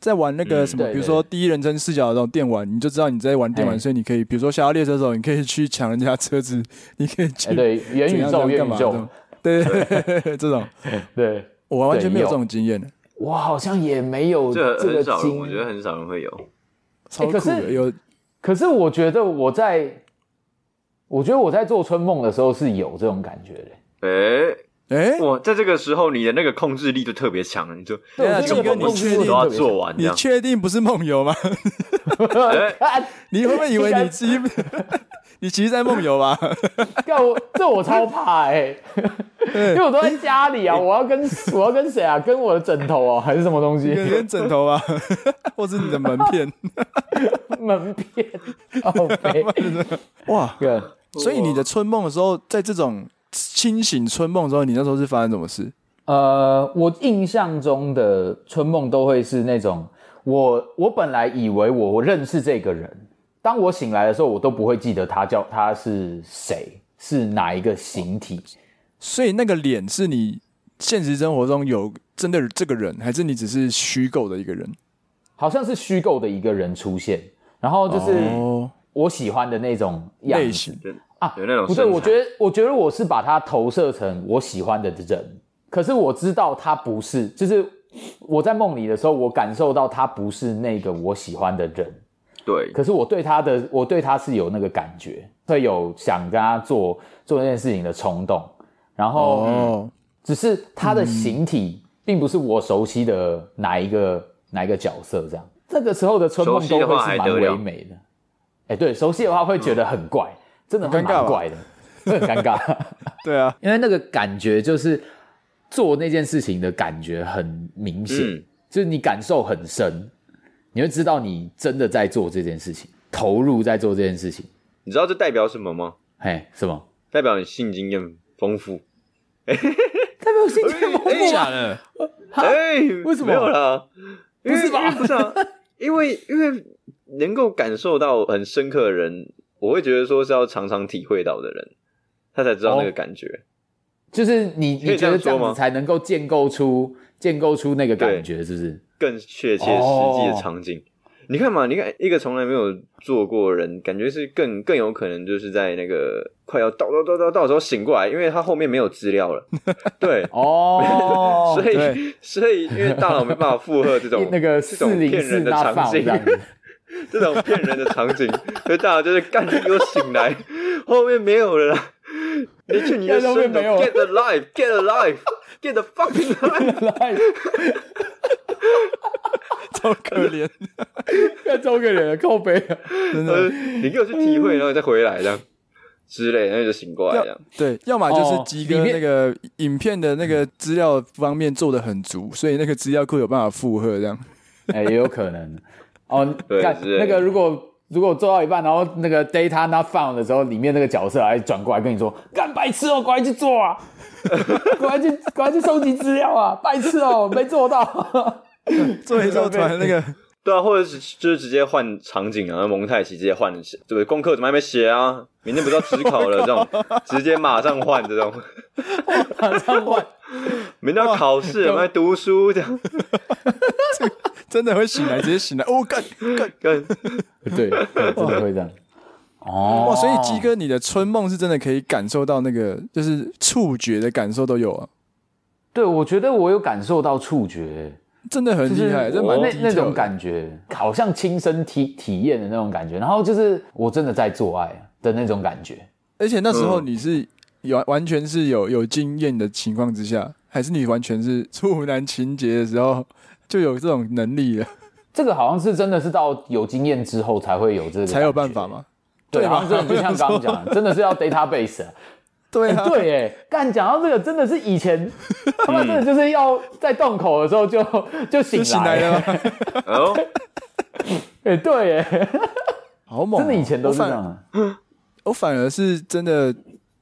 在玩那个什么，
嗯对
比如说
对
第一人称视角的那种电玩，你就知道你在玩电玩，
哎
所以你可以，比如说《侠盗猎车手》，你可以去抢人家车子， 你可以去
哎，对，元
怎
宇
样
宙，
怎样
元
干
宇
嘛
宙，
这种对对对，这种
对。
我完全没有
对
这种经验的，
我好像也没有
这
这
很
个
少人，
经
我觉得很少人会有。
超酷
可是
的，有
可是我觉得我在，我觉得我在做春梦的时候是有这种感觉的。
诶，
哎，
哇，在这个时候你的那个控制力就特别强了，你就
对
啊
我觉得
这个
梦
你确定
都要做完这
你
样。
确定不是梦游吗？
哎
啊，
你会不会以为
应该
你自己你其实在梦游 吧？
干我这我超怕哎、因为我都在家里啊，我要跟我要跟谁啊？跟我的枕头哦、还是什么东
有
西？
点枕头吧， 或是你的门片？
门片哦，没
哇！
对
所以你的春梦的时候，在这种清醒春梦的时候，你那时候是发生什么事？
呃，我印象中的春梦都会是那种，我我本来以为我我认识这个人，当我醒来的时候，我都不会记得他叫他是谁，是哪一个形体。
所以那个脸是你现实生活中有真的这个人，还是你只是虚构的一个人？
好像是虚构的一个人出现，然后就是
哦，
我喜欢的那种样
类
子
型
啊
有那种
不对，
身材
我觉得我觉得我是把它投射成我喜欢的人，可是我知道他不是，就是我在梦里的时候，我感受到他不是那个我喜欢的人，
对，
可是我对他的我对他是有那个感觉，会有想跟他做做那件事情的冲动，然后、
哦，
只是他的形体并不是我熟悉的哪一个哪一个角色这样。这个时候的春梦
熟
都
悉的话
会是
还
蛮
得了
唯美的。哎，对，熟悉的话会觉得很怪，真的会
很尴尬
蛮
吧
怪的，会很尴尬，
对啊，
因为那个感觉就是做那件事情的感觉很明显，
嗯
就是你感受很深，你会知道你真的在做这件事情，投入在做这件事情。
你知道这代表什么吗？
哎，什么？
代表你性经验丰富。
代表性天魔
哎
啊！
的，
哎、为
什么
没有啦？因为
不是吧
因为不是啊，因为因为能够感受到很深刻的人，我会觉得说是要常常体会到的人，他才知道
哦
那个感觉。
就是你
可
你
以这
觉
样
得这样
说
子
吗
才能够建构出建构出那个感觉，是不是？
更确切实
哦
际的场景。你看嘛，你看一个从来没有做过的人，感觉是更更有可能就是在那个快要到到到到到的时候醒过来，因为他后面没有资料了。对，
哦，
所
对
以所以因为大脑没办法负荷这 种
那个
这
四
种
零
骗
四
人的
大
场
放这
景，
样子，
这种骗人的场景，所以大家就是干你给我醒来，后面没有了啦， 你去你的
干后面
生活
没有
，get alive，get alive，get the fucking alive，
来，
超可怜，
看超可怜的靠背啊！
真
呃
的。
你给我去体会，然后再回来这样之类，然后就醒过来这样。
对，要么就是鸡
哦
哥
里面
那个影片的那个资料方面做的很足，所以那个资料库有办法负荷这样。
哎、也有可能哦。
对
看
是
那个，如果如果做到一半，然后那个 data not found 的时候，里面那个角色还转过来跟你说：“干白痴哦，赶快去做啊，赶快去赶快去收集资料啊，白痴哦，没做 到。
做一做，突然那个
对啊，或者是就是直接换场景啊，蒙太奇直接换，对不对？功课怎么还没写啊？明天不是要职考了？这种 直接马上换这种，”
马上换，
明天要考试，我们来读书这样。
真的会醒来，直接醒来，哦干干
跟
对，对真的会这样。哦，
哇！所以鸡哥，你的春梦是真的可以感受到那个，就是触觉的感受都有啊，
对，我觉得我有感受到触觉，
真的很
就是
厉害，这
我
蛮
那
detail
那种
的
感觉，好像亲身体体验的那种感觉，然后就是我真的在做爱的那种感觉。
而且那时候
嗯
你是有完全是有有经验的情况之下，还是你完全是处男情节的时候就有这种能力了，
这个好像是真的是到有经验之后才会有这个，
才有办法？吗？
对，
对吧
好像真的就像刚刚讲的， 真的是要 database 啊。
对
哎
啊，
对，哎，干讲到这个，真的是以 前他们真的就是要在洞口的时候就就醒来，
就醒来了吗，
哦，
哎，对，哎，
好猛哦！
真的以前都是这
我反
样啊。
我反而是真的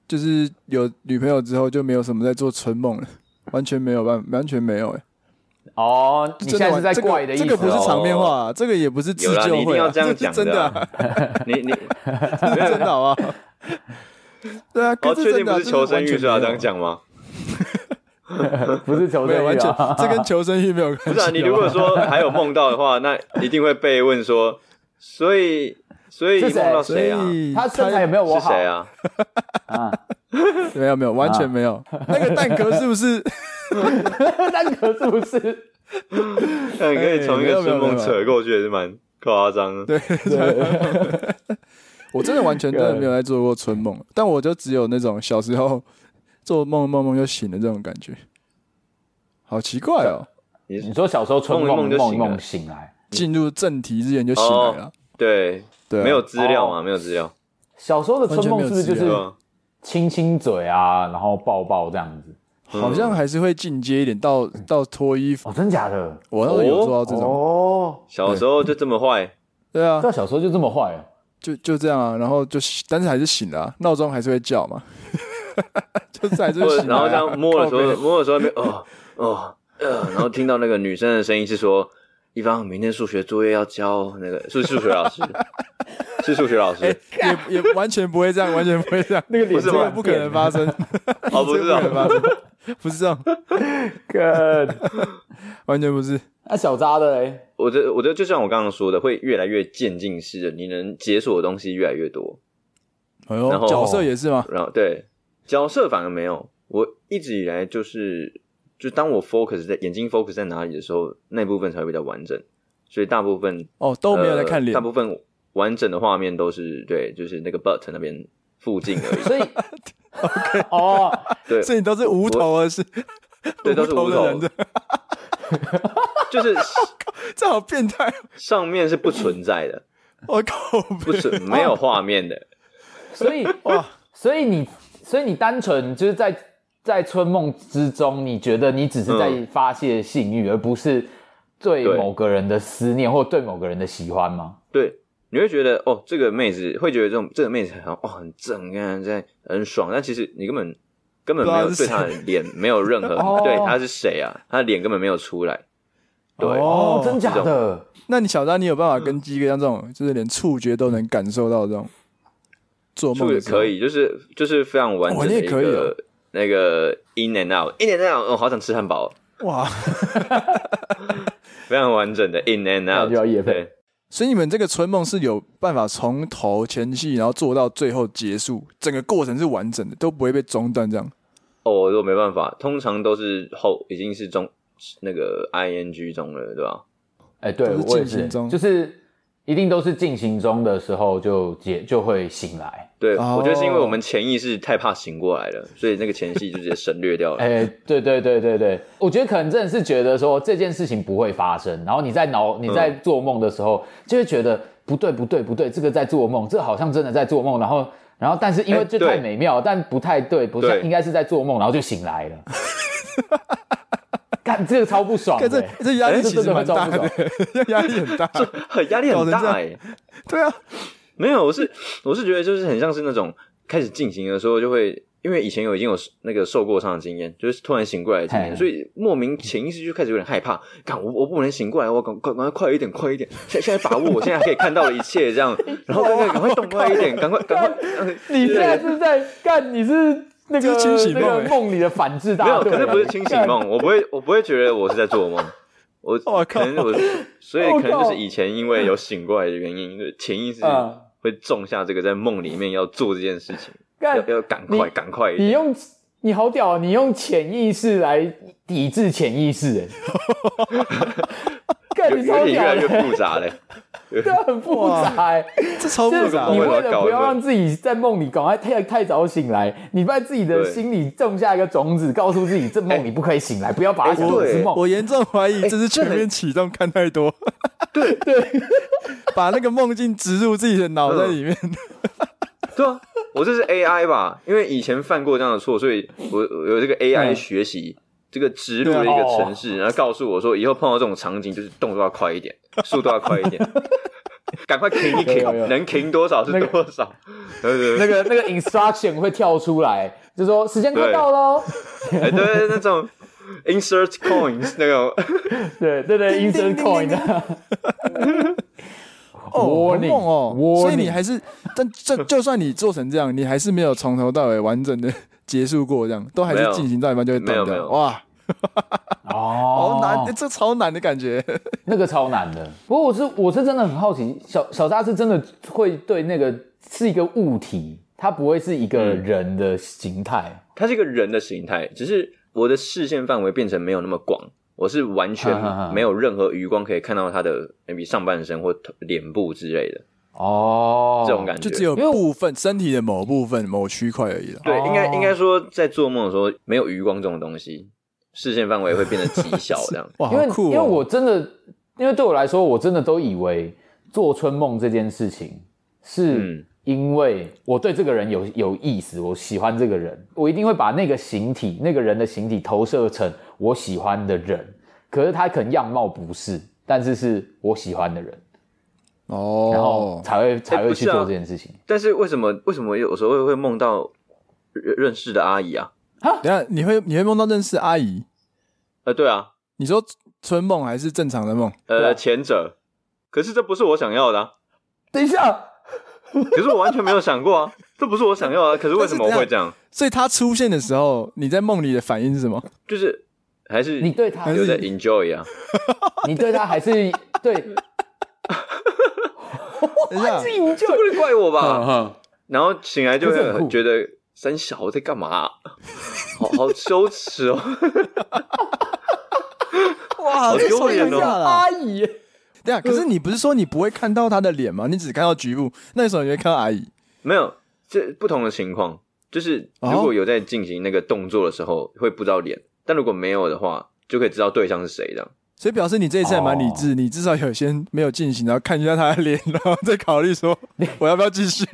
就是有女朋友之后就没有什么在做春梦了， 完全没有办，完全没有哎、
哦，你
真
现在
完
是在怪的意思哦，
这个，这个不是场面话、这个也不是自
有啦，你一
救
定
会、
要
啊，
这样讲
真的、
啊
啊，。
你 你
真的好啊。对啊，
哦，
可是
确
真
定
的啊、
不是求生欲是要
要
这样，讲吗？
不是求
没有
生
完
欲
全
啊，，
这跟求生欲没有关系。哦
不是啊，你如果说还有梦到的话，那一定会被问说，所以所以
是
梦
谁
到
所
谁
以
啊？
他身材有没有我
是
好
谁啊？
啊？
没有没有，完全 没有。那个蛋壳是不是？
蛋壳是不是？
那你可以从一
哎没有
个
没有
春梦
没有
扯过去，也是蛮夸张的。
对，我真的完全真的没有在做过春梦，但我就只有那种小时候做梦梦梦就醒的这种感觉，好奇怪哦。
嗯
你说小时候春
梦一
梦
梦就
梦一
醒了
梦醒来，
进入正题之前就醒来了，
对，
对啊，
哦没有资料
哦
嘛，没有资料，
小时候的春梦是不是就
完全没有资
对
是
料
吧？
亲亲嘴啊，然后抱抱这样子？
好
嗯
像还是会进阶一点，到到脱衣服，
哦，真假的？
我那时候有做到这种，
哦，
小时候就这么坏，
对啊
到，小时候就这么坏啊？
就就这样啊，然后就醒但是还是醒了、啊，闹钟还是会叫嘛， 就是还是
或
会
者
醒、啊，
然后这样摸的时
靠
候，
背
摸的时候还没哦哦，呃然后听到那个女生的声音是说，一方明天数学作业要交哦，那个是数学老师， 是数学老
哎
师，
也 也完全不会这样，完全不会这样，
那个脸
不是
这
真
个
的
吗
不可能发生，
哦不
这
是
个不可能
哦，
发生，不是这样，
干
完全不是，
那小扎的嘞？
我觉得我觉得就像我刚刚说的，会越来越渐进式的，你能解锁的东西越来越多，
哎
然
呦，
后
角色也是吗？
然后对角色反而没有，我一直以来就是，就当我 focus 在眼睛 focus 在哪里的时候，那部分才会比较完整。所以大部分
哦，都没有在看
呃
脸
大，部分完整的画面都是对，就是那个 butt 那边附 近而已。
所以哦，
对
所以你都是无头而是，
对，都是无
的
头
人，的，
就是
这好变态哦，
上面是不存在的，
我靠
不
背，
存 没有画面的。
所以哇，所以你，所以你单纯就是在在春梦之中，你觉得你只是在
嗯
发泄性欲，而不是对
对
某个人的思念或对某个人的喜欢吗？
对，你会觉得哦，这个妹子会觉得这种这个妹子很哦很正，看在很爽，但其实你根本根本没有
不知
对
道
她
是
的脸没有任 何
哦
对她是谁啊，她的脸根本没有出来。对，
哦，真假
这
的？
那你小张，你有办法跟鸡哥像这种，就是连触觉都能感受到这种做
这
梦
个
的时候
可，以，就是就是非常完整的
哦
一
你也可以
个、
哦
那个 in and out，in and out，哦，好想吃汉堡哦，
哇！
非常完整的 in and
那
out，
就要业配
对，
所以你们这个春梦是有办法从头前戏，然后做到最后结束，整个过程是完整的，都不会被中断这样。
哦，我都没办法，通常都是后已经是中那个 ing 中了，对吧？
哎，对
都是
我也
进行
是，
中
就是一定都是进行中的时候就解就会醒来。
对，
哦
我觉得是因为我们潜意识太怕醒过来了，所以那个前戏就直接省略掉了。
哎、对对对对对，我觉得可能真的是觉得说这件事情不会发生，然后你在脑你
嗯
在做梦的时候、就会觉得不对不对不对，这个在做梦，这好像真的在做梦，然后然后但是因为
哎
这太
对
美妙，但不太对，不像
对
应该是在做梦，然后就醒来了。干这个超不爽的、
看这这压力
哎
其实蛮大的
这真，
压力很大。
这很 压力很
搞成这
大
样
哎、
对啊，
没有，我是我是觉得就是很像是那种开始进行的时候就会，因为以前有已经有那个受过伤的经验，就是突然醒过来的经
嘿
验，所以莫名潜意识就开始有点害怕，干我我不能醒过来，我赶赶赶快快一点，快一点，现现在把握我现在可以看到的一切这样，然后赶快赶快动快一点，赶快赶快，呃
你现在
对
是在干，你是那
这
个
是清醒梦
那个
哎
梦里的反制
没
大
有，
队，啊
可是不是清醒
干
梦，我不会我不会觉得我是在做梦。我
我靠
可能我，所以
我
可能就
靠
是以前因为有醒过来的原因，就是潜意识
嗯
会种下这个在梦里面要做这件事情。
干
要要赶快赶快一点，
你用你好屌、啊，你用潜意识来抵制潜意识、 欸，干
有
你
有
超
点越
屌
来越
的、
复杂嘞。
这 很复杂、欸，
这超复
就是
杂
你
的。
为
我也要
了
搞
不
一
要
个
让自己在梦里赶快太太早醒来，你把自己的
对
心里种下一个种子，告诉自己这梦里不可以醒来，不要把它
哎
想成是
对
梦。
我严重怀疑这是全面启动看太多，
哎 对，
把那个梦境植入自己的脑袋里面。
对啊，我这是 AI 吧？因为以前犯过这样的错，所以我我有这个 AI
嗯
学习，这个植入了一
对
个
啊哦
程式，然后告诉我说，以后碰到这种场景，就是动作要快 一点，速度要快一点， 赶快停一停
有有有，
能停多少是
那个
多少。 对对
那
对
个那个 instruction 会跳出来，就说时间快到喽。
哎对，那种 insert coins 那种，
对对对
叮叮
，insert
叮
coin
叮
啊。
哦，好
Warning，
猛哦！
warning
所以你还是，但 这就算你做成这样，你还是没有从头到尾完整的结束过，这样都还
没
是
有
进行到一半就会
没
断
有没
掉。
有
哇，
哦
好难，欸这超难的感觉。
那个超难的。不过我是我是真的很好奇，小小扎是真的会对那个是一个物体，它不会是一个人的形态。
它是一个人的形态，只是我的视线范围变成没有那么广，我是完
哈哈哈
全没有任何余光可以看到他的 maybe 上半身或头脸部之类的
哦，
这种感觉。
就只有
因为我
部分身体的某部分某区块而已了。。
对，应
哦
该应该说在做梦的时候没有余光这种东西，视线范围会变得极 小这样
哇，
因
好
为、
酷
因
哦！
为我真的，因为对我来说，我真的都以为做春梦这件事情是
嗯
因为我对这个人有有意思，我喜欢这个人，我一定会把那个形体、那个人的形体投射成我喜欢的人。可是他可能样貌不是，但是是我喜欢的人，然后
哦，
才会、才会
不
去
是啊
做这件事情。
但是为什么为什么有时候会会梦到认认识的阿姨啊？
等一下你会你会梦到认识阿姨？
呃，对啊，
你说春梦还是正常的梦？
对啊
呃，前者。可是这不是我想要的、啊，
等一下，
可是我完全没有想过啊，这不是我想要的、啊。可是为什么
但是等一下
会这样？
所以他出现的时候，你在梦里的反应是什么？
就是还是
你对他
还
有
是
在 enjoy 啊？
你对他还是 对，
等一下，
你就
不能啊怪我吧？然后醒来就
可是很酷
会觉得三小我在干嘛、啊好好羞耻哦！
哇，
好
这
丢脸哦
超尴尬啦
阿姨。
对啊，可是你不是说你不会看到他的脸吗？你只看到局部，那时候你会看到阿姨。
没有，这不同的情况，就是
哦
如果有在进行那个动作的时候会不知道脸，但如果没有的话，就可以知道对象是谁的。
所以表示你这一次还蛮理智，你至少有先没有进行，然后看一下他的脸，然后再考虑说我要不要继续。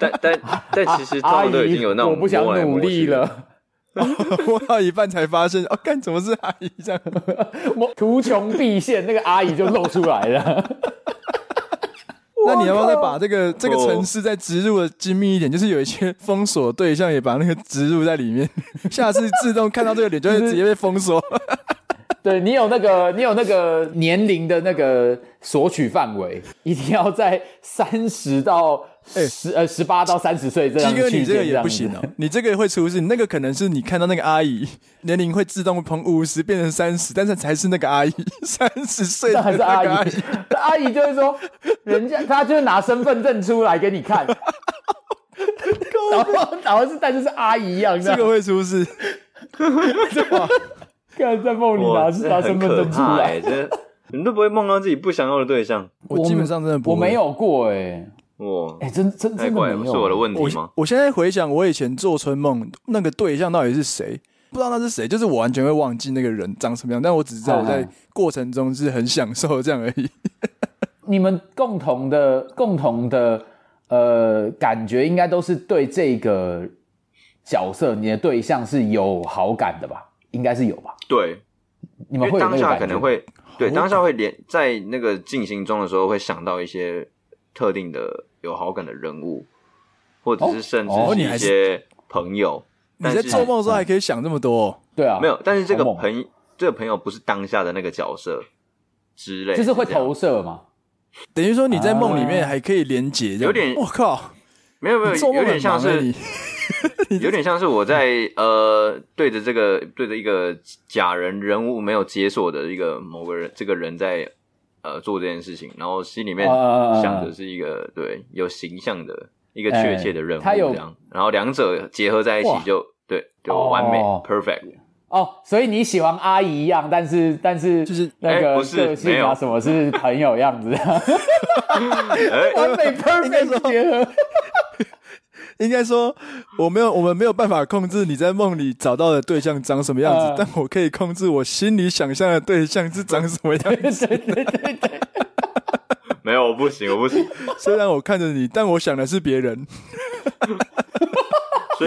但但但其实通
阿
常
姨，
都已经有那种
我不想
摸来摸
努
去
力
的。
了，
我到一半才发现，哦，干怎么是阿姨这样？
我图穷匕现，那个阿姨就露出来了。
那你要不要再把这个这个城市再植入的精密一点？就是有一些封锁对象也把那个植入在里面，下次自动看到这个脸就会直接被封锁。
对你有那个你有那个年龄的那个索取范围，一定要在三十到十、呃十八到三十岁这样
哎鸡哥，
区
你这
间
个
这
也
样
不
子
行哦、 你这个会出事。你那个可能是你看到那个阿姨年龄会自动从五十变成三十，但是才是那个阿姨， 三十 岁
那
的
还
那
是
个
阿姨，那
阿
阿姨就会说，人家她就会拿身份证出来给你 看，然后然后是但就是阿姨一样，
这个会出事。
看在梦里拿
哇，这
拿身
很
份
可
证出
怕
来，
哎、这你都不会梦到自己不想要的对象。
我基本上真的不
我没
会
有过哎
哇，
哎，真真
太
真的没
怪了，
有，
是我的问题
我
吗？
我现在回想我以前做春梦，那个对象到底是谁？不知道那是谁，就是我完全会忘记那个人长什么样，但我只知道我在
嗯
过程中是很享受这样而已。
你们共同的共同的呃感觉，应该都是对这个角色、你的对象是有好感的吧？应该是有吧？
对，
你
因
们
为
会有那
当
个感
下
觉
可能会对
好
当下会连在那个进行中的时候会想到一些特定的有好感的人物，或者
哦
是甚至
哦
是
你
一
还是
些朋友。
你
但
在
是啊
做梦的时候还可以想这么多哦、
对啊，
没有，但是这个
好猛
朋这个朋友不是当下的那个角色之类的，
就是会
这样
投射嘛。
等于说你在梦里面
啊
还可以连结这样，
有点
我靠，
没有没有，
你做
有
梦
点
很忙
像
啊
是
你。
有点像是 我在呃对着这个对着一个假人人物没有解锁的一个某个人这个人在呃做这件事情，然后心里面
啊啊啊啊
想着是一个对有形象的一个确切的人物
哎他
这
有
样，然后两者结合在一起
哇
就对就完美
哦
perfect。
哦，所以你喜欢阿姨一样，但是但是
就是
那
哎
个
不是
个
没
性
有
啊，什么是朋友样子，啊
哎
完美
应该说
perfect 结 合。
应该说，我没有，我们没有办法控制你在梦里找到的对象长什么样子，
嗯
但我可以控制我心里想象的对象是长什么样子。
对对对对，
没有，我不行，我不行，
虽然我看着你，但我想的是别人。
所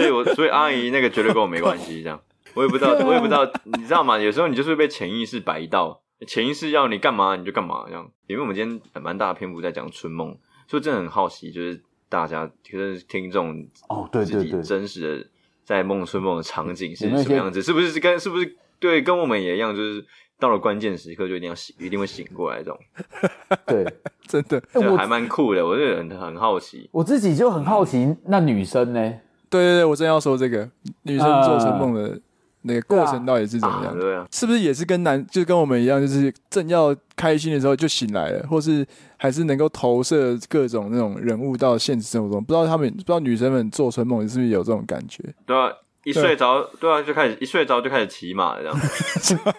以我所以阿姨那个绝对跟我没关系，这样我也不知
啊
道，我也不知道，你知道吗？有时候你就是会被潜意识白到，潜意识要你干嘛你就干嘛这样。因为我们今天呃蛮大的篇幅在讲春梦，所以真的很好奇，就是大家就是听众
哦对
自
对
己
对，
真实的在梦春梦的场景是
有没有一
什
些
么样子，是不是跟是不是对跟我们也一样，就是到了关键时刻就一定要醒，一定会醒过来这种，
对，
真的，
哎
这
我
还蛮酷的，我是很很好奇。
我自己就很好奇，那女生呢？
对对对，我正要说这个女生做成梦的那个过程到底是怎么
啊
样？，
对啊，
是不是也是跟男，就跟我们一样，就是正要开心的时候就醒来了，或是还是能够投射各种那种人物到现实生活中？不知道他们，不知道女生们做春梦是不是有这种感觉？
对啊，一
对
睡着，对啊，就开始一睡着就开始骑马了这样。
啊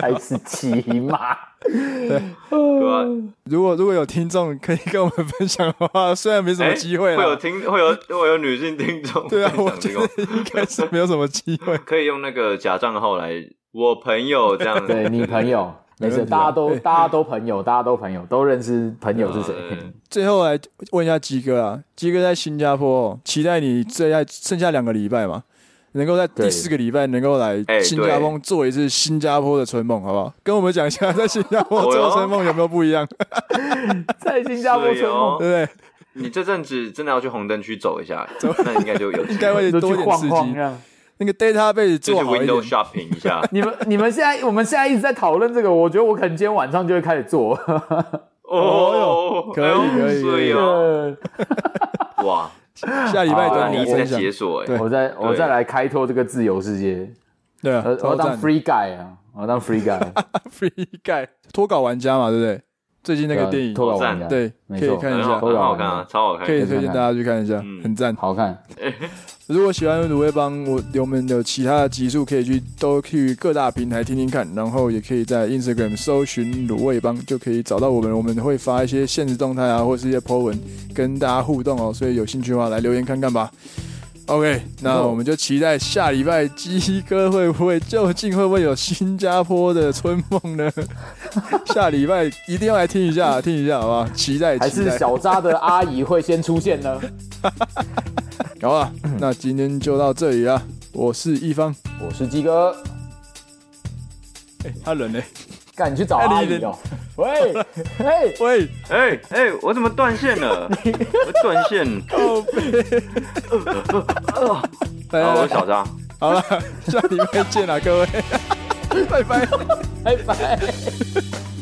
开始骑 马，
对啊，
如果如果有听众可以跟我们分享的话， 虽然没什么
哎
机会
会
了，
有听 会有会有女性 听众
对啊，
分
我
享这
觉
个吗，
得应该是没有什么机会。
可以用那个假账号来我朋友这样 子，
对你朋友，没
没
事，
问题啊
大家都
哎
大家都朋友，大家都朋友，都认识朋友是谁？
嗯
最后来问一下鸡哥啊，鸡哥在新加坡哦，期待你这下剩下两个礼拜嘛，能够在第
对
四个礼拜能够来
哎
新加坡做一次新加坡的春梦，好不好？跟我们讲一下在新加坡
哦哟
做 春梦有没有不一样，
在新加坡春梦，
对不对？
你这阵子真的要去红灯区走一 下，那应该就有应
该会
都
多
去
一点
晃
刺
晃啊
激
这。样。
那个 database
就是
做好一
window
点，
shopping 一下。
你们你们现在我们现在一直在讨论这个，我觉得我可能今天晚上就会开始做。
哦，
可以可以
所以哦，哇，
下礼拜
好
等
那
你来
你一直在
分享。
解锁哎
对，
我再我
对
再来开拓这个自由世 界，
对啊
呃，我要
超
当
赞
free guy 啊，我要当 free guy，
free guy 脱稿玩家嘛，对不对？最近那个
对啊
电影
脱稿
好赞
玩家，
对，可
没
以
错
看一
很好
下，
都有
很好看啊，超好看
可。以
看
推荐大家去看一下，
嗯
很赞。
好看，
如果喜欢卢威帮我我们有其他的集数，可以去都去各大平台听听看，然后也可以在 Instagram 搜寻卤味帮，就可以找到我们。我们会发一些现实动态啊，或是一些 po 文跟大家互动哦。所以有兴趣的话，来留言看看吧。OK，那我们就期待下礼拜鸡哥会不会究竟会不会有新加坡的春梦呢？ 下礼拜一定要来听一下，听一下好不好？期待，
还
期
是
待。
小扎的阿姨会先出现呢？
好 啊，那今天就到这里啦。我是一方，
我是鸡哥，
哎、他人
欸
呢？
赶紧去找
哎
阿姨哦。喂， 嘿，
喂。
哎哎，我怎么断线 了？我断线。
来
好，
来来
我是，小张，
好 啊了，下礼拜见啦，各位，拜拜。
拜拜。